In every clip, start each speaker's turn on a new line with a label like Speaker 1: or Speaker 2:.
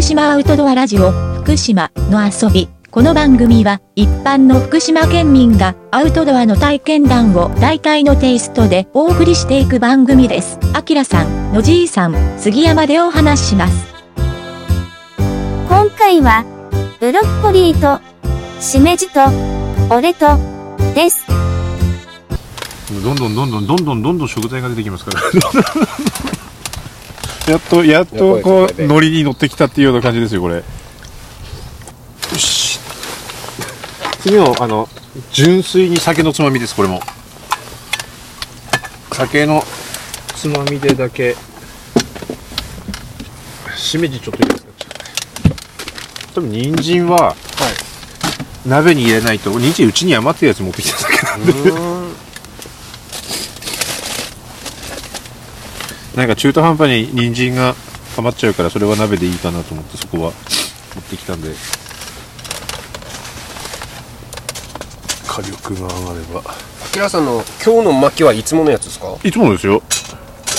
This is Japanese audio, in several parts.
Speaker 1: 島アウトドアラジオ福島の遊びこの番組は一般の福島県民がアウトドアの体験談を大体のテイストでお送りしていく番組です。あきらさん、のじいさん、杉山でお話しします。
Speaker 2: 今回は、ブロッコリーと、しめじと、俺と、です。
Speaker 3: どんどんどんどんどんどんどんどん食材が出てきますから。 やっと、やっとこう、ノリに乗ってきたっていうような感じですよ、これ。次の、あの、純粋に酒のつまみです、これも。酒のつまみでだけ。しめじちょっといいですか多分、人参は、鍋に入れないと、人参うちに余ってるやつ持ってきただけなんで。なんか中途半端に人参が余っちゃうからそれは鍋でいいかなと思ってそこは持ってきたんで火力が上がれば
Speaker 4: キラさんの今日の巻きはいつものやつですか
Speaker 3: いつものですよ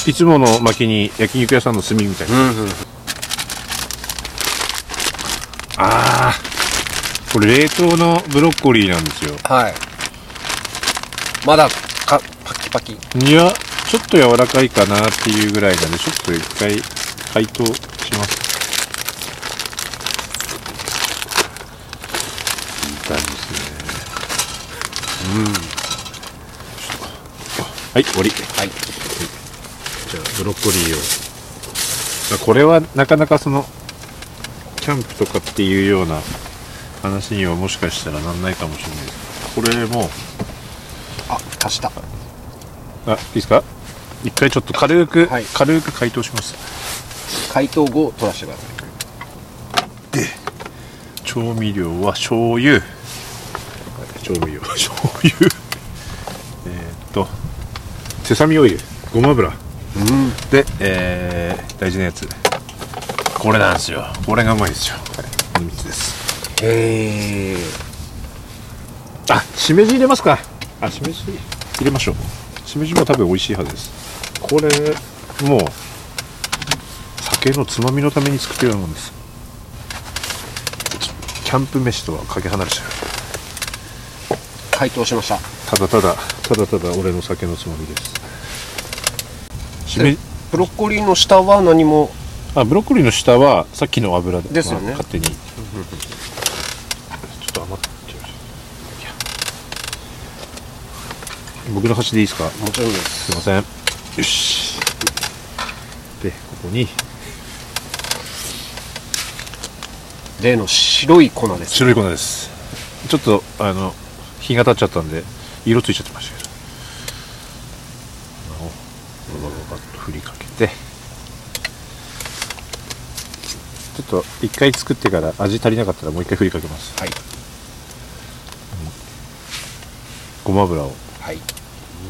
Speaker 3: いつもの薪に焼肉屋さんの炭みたいな、
Speaker 4: んうん
Speaker 3: ああこれ冷凍のブロッコリーなんですよ
Speaker 4: はいまだかパキパキ
Speaker 3: いやちょっと柔らかいかなっていうぐらいなんでちょっと一回解凍しますいい感じですねうんちょっとあはい終わり
Speaker 4: はい
Speaker 3: じゃあブロッコリーをまあこれはなかなかそのキャンプとかっていうような話にはもしかしたらなんないかもしれないですこれも
Speaker 4: あ蓋したは
Speaker 3: あいいですか一回ちょっと軽く、
Speaker 4: はい
Speaker 3: 軽く解凍します
Speaker 4: 解凍後を取らせてくださ
Speaker 3: 調味料は醤油調味料 醤油えーっとセサミオイルごま油
Speaker 4: いうん
Speaker 3: で、えー大事なやつこれなんですよこれがうまいですよこの3つです
Speaker 4: へえ
Speaker 3: あしめじ入れますかあしめじ入れましょうしめじも多分美味しいはずですこれもう酒のつまみのために作ってるようなもんですキャンプ飯とはかけ離れちゃう
Speaker 4: 解凍しました
Speaker 3: ただただただただ俺の酒のつまみですしめ
Speaker 4: でブロッコリーの下は何も
Speaker 3: あブロッコリーの下はさっきの油で
Speaker 4: ですよね
Speaker 3: まあ勝手にちょっと余っちゃいましたいや僕の箸でいいですか
Speaker 4: もちろんです
Speaker 3: すいませんよしでここに
Speaker 4: 例の白い粉です
Speaker 3: 白い粉ですちょっとあの日が経っちゃったんで色ついちゃってましたけど粉をババババッと振りかけてちょっと一回作ってから味足りなかったらもう一回振りかけます
Speaker 4: はい
Speaker 3: ごま油を
Speaker 4: はい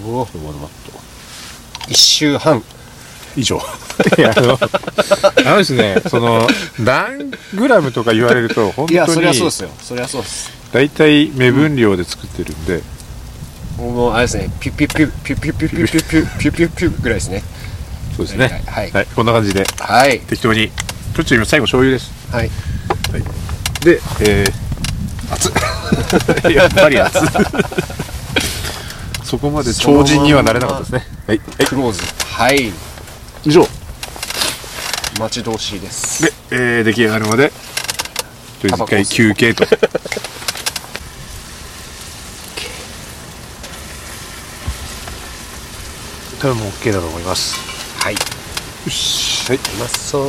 Speaker 4: う
Speaker 3: わバババッと
Speaker 4: 一周半
Speaker 3: 以上 いやあのあのですねその何グラムとか言われると本
Speaker 4: いやそ
Speaker 3: 当
Speaker 4: りゃそうで
Speaker 3: に
Speaker 4: すよそりゃそうです
Speaker 3: 大体目分量で作ってるんで、
Speaker 4: もうあれですねピュピュピュピュピュピュピュピュピュピュピュぐらいですね
Speaker 3: そうですね
Speaker 4: はいはい
Speaker 3: はい、こんな感じで
Speaker 4: はい
Speaker 3: 適当にちょっと今最後醤油です
Speaker 4: はい
Speaker 3: で、えー、熱 やっぱり熱そこまで超人にはなれなかったですねはい、はい、
Speaker 4: クローズはい
Speaker 3: 以上
Speaker 4: 待ち遠しいです
Speaker 3: で、えー、出来上がるまでとりあえず一回休憩と 多分もう OK だと思います
Speaker 4: はいう
Speaker 3: よしはいう
Speaker 4: まそう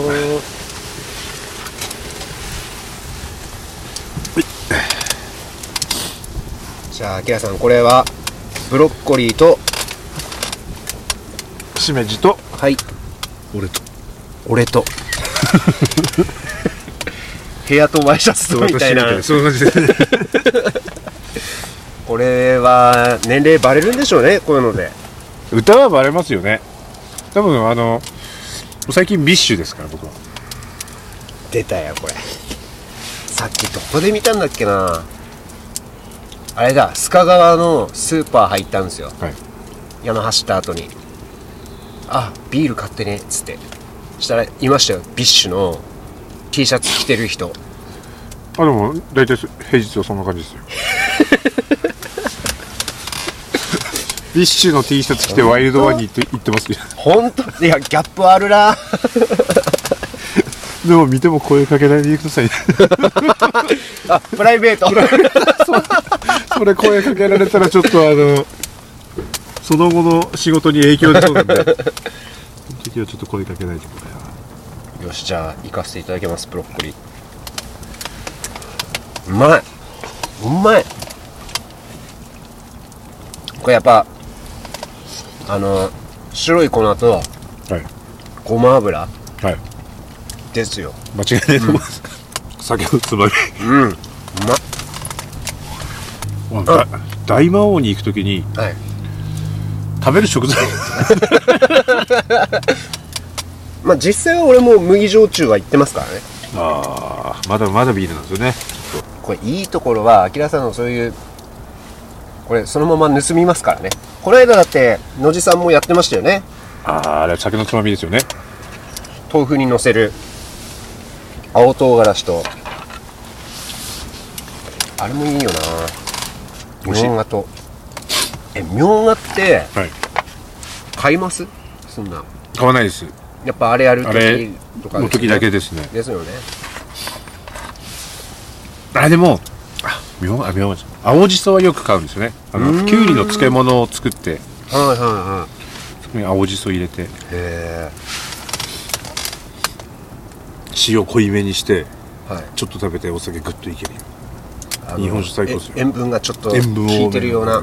Speaker 4: じゃあキラさんこれはブロッコリーと
Speaker 3: しめじと
Speaker 4: はい
Speaker 3: 俺と
Speaker 4: 俺と 部屋とワイシャツとみたいな
Speaker 3: そういう感じで
Speaker 4: これは年齢バレるんでしょうねこういうので
Speaker 3: 歌はバレますよね多分あの最近ビッシュですから僕は
Speaker 4: 出たよこれさっきどこで見たんだっけなあれだ須賀川のスーパー入ったんですよ
Speaker 3: はい
Speaker 4: 矢野走った後に「あビール買ってね」っつってそしたらいましたよビッシュの T シャツ着てる人
Speaker 3: あでも大体平日はそんな感じです よビッシュの T シャツ着てワイルドワニって言ってますけど
Speaker 4: 本当いやギャップあるな
Speaker 3: でも見ても声かけないでくだ さい
Speaker 4: あプライベート
Speaker 3: それ声かけられたらちょっとあのその後の仕事に影響出そうなんでその時はちょっと声かけないでください
Speaker 4: よしじゃあ行かせていただきますブロッコリーうまいうまいこれやっぱあの白い粉と
Speaker 3: はい
Speaker 4: ごま油
Speaker 3: はい
Speaker 4: ですよ
Speaker 3: 間違いないと思います、先ほどつま り
Speaker 4: うんう
Speaker 3: だ大魔王に行く時に
Speaker 4: まはい
Speaker 3: 食べる食材
Speaker 4: まあ実際は俺もう麦焼酎は行ってますからね
Speaker 3: ああまだまだビールなんですよね
Speaker 4: これいいところはあきらさんのそういうこれそのまま盗みますからねこの間だって野地さんもやってましたよね
Speaker 3: あああれ酒のつまみですよね
Speaker 4: 豆腐にのせる青唐辛子とあれもいいよな
Speaker 3: 美
Speaker 4: み
Speaker 3: 味しい
Speaker 4: ょうがとえみょうがって
Speaker 3: はい
Speaker 4: 買いますそんな
Speaker 3: 買わないです
Speaker 4: やっぱあれやる
Speaker 3: あれ
Speaker 4: 時とかですよね
Speaker 3: の時だけですね
Speaker 4: ですよね
Speaker 3: あでもあみょうがあみょうがじゃない青じそはよく買うんですよねあ
Speaker 4: うー
Speaker 3: の
Speaker 4: ん
Speaker 3: きゅうりの漬物を作って
Speaker 4: はいはいは
Speaker 3: そこに青じそ入れて
Speaker 4: いへ
Speaker 3: 塩濃いめにして
Speaker 4: えはい
Speaker 3: ちょっと食べてお酒グッといけるよ
Speaker 4: あの
Speaker 3: 日本酒最高ですよ
Speaker 4: え塩分がちょっと効
Speaker 3: 塩分を
Speaker 4: いてるような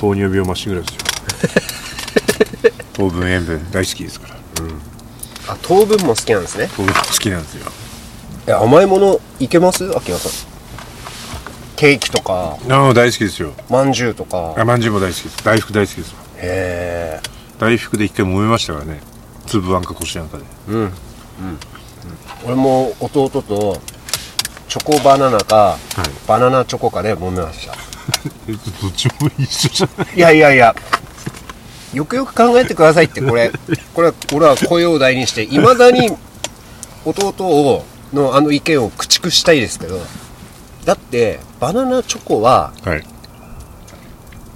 Speaker 3: 糖尿病まっしぐらいですよ 糖分塩分大好きですから
Speaker 4: あ糖分も好きなんですね
Speaker 3: 糖分好きなんですよ
Speaker 4: え甘いものいけますあきらさんケーキとか
Speaker 3: ああ大好きですよ
Speaker 4: まんじゅうとか
Speaker 3: あまんじゅうも大好きです大福大好きです
Speaker 4: へえ
Speaker 3: 大福で一回揉めましたからね粒あんかこしあんかで
Speaker 4: 俺も弟とチョコバナナか、
Speaker 3: い
Speaker 4: バナナチョコかで揉めました
Speaker 3: えどっちも一緒じゃない
Speaker 4: いやいやいやよくよく考えてくださいってこれこれは俺は声を大にしていまだに弟をのあの意見を駆逐したいですけどだってバナナチョコは
Speaker 3: はい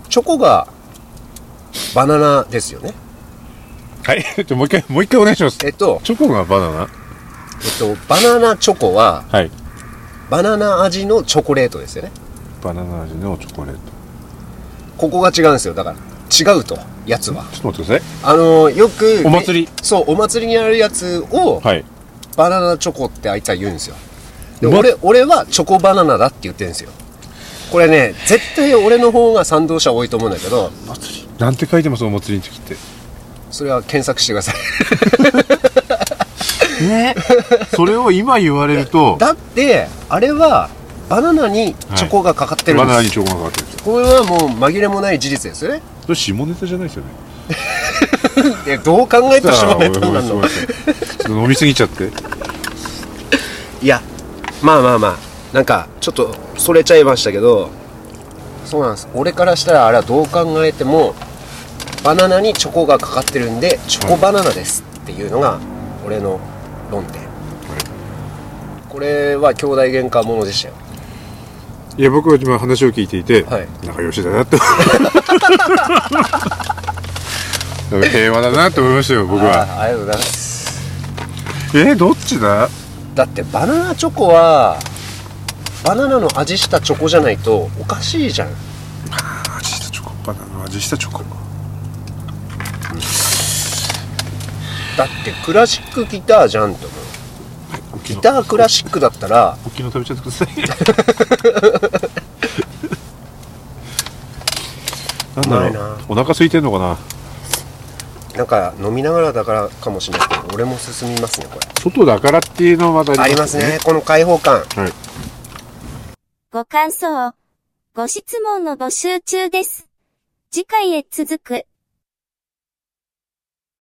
Speaker 4: チョコがバナナですよね
Speaker 3: はいじゃあもう一回もう一回お願いします
Speaker 4: えっと、
Speaker 3: チョコがバナナ
Speaker 4: えっと、バナナチョコは
Speaker 3: はい
Speaker 4: バナナ味のチョコレートですよね
Speaker 3: バナナ味のチョコレート
Speaker 4: ここが違うんですよだから違うとやつは
Speaker 3: ちょっと待ってくださ
Speaker 4: あのよく
Speaker 3: お祭り
Speaker 4: そうお祭りにあるやつを、
Speaker 3: いはい
Speaker 4: バナナチョコってあいつは言うんですよで
Speaker 3: うまっ
Speaker 4: 俺俺はチョコバナナだって言ってるんですよこれね絶対俺の方が賛同者多いと思うんだけど
Speaker 3: 祭りなんて書いてますお祭りの時って
Speaker 4: それは検索してください
Speaker 3: ねそれを今言われると
Speaker 4: だってあれはバナナにチョコがかかってる
Speaker 3: バ
Speaker 4: んで
Speaker 3: ナナ
Speaker 4: す、
Speaker 3: にチョコがかかってるんですよ
Speaker 4: これはもう紛れもない事実ですよね
Speaker 3: それ下ネタじゃないですよね
Speaker 4: でどう考えてしまう
Speaker 3: ごめん
Speaker 4: な
Speaker 3: なさ
Speaker 4: の
Speaker 3: いごめんなさいちょっと飲みすぎちゃって
Speaker 4: いやまあまあまあなんかちょっとそれちゃいましたけどそうなんです俺からしたらあれはどう考えてもバナナにチョコがかかってるんでチョコバナナですっていうのが俺の論点、これは兄弟喧嘩ものでしたよ
Speaker 3: いや僕は今話を聞いていて、
Speaker 4: はい
Speaker 3: 仲良しだな ってなんか平和だなって思いましたよ僕は
Speaker 4: あありがとうございます
Speaker 3: えー、どっちだ
Speaker 4: だってバナナチョコはバナナの味したチョコじゃないとおかしいじゃん
Speaker 3: 味したチョコバナナ味したチョコ
Speaker 4: だってクラシックギターじゃんと思う
Speaker 3: 沖
Speaker 4: ギ
Speaker 3: 縄
Speaker 4: タークラシックだったら
Speaker 3: 沖縄食べちゃってください なんだ
Speaker 4: うまい
Speaker 3: ろ
Speaker 4: な
Speaker 3: うお腹空いてんのかな
Speaker 4: なんか飲みながらだからかもしれないけど俺も進みますねこれ
Speaker 3: 外だからっていうのはまだ
Speaker 4: ありますねこの開放感
Speaker 3: はい
Speaker 2: ご感想、ご質問の募集中です。次回へ続く。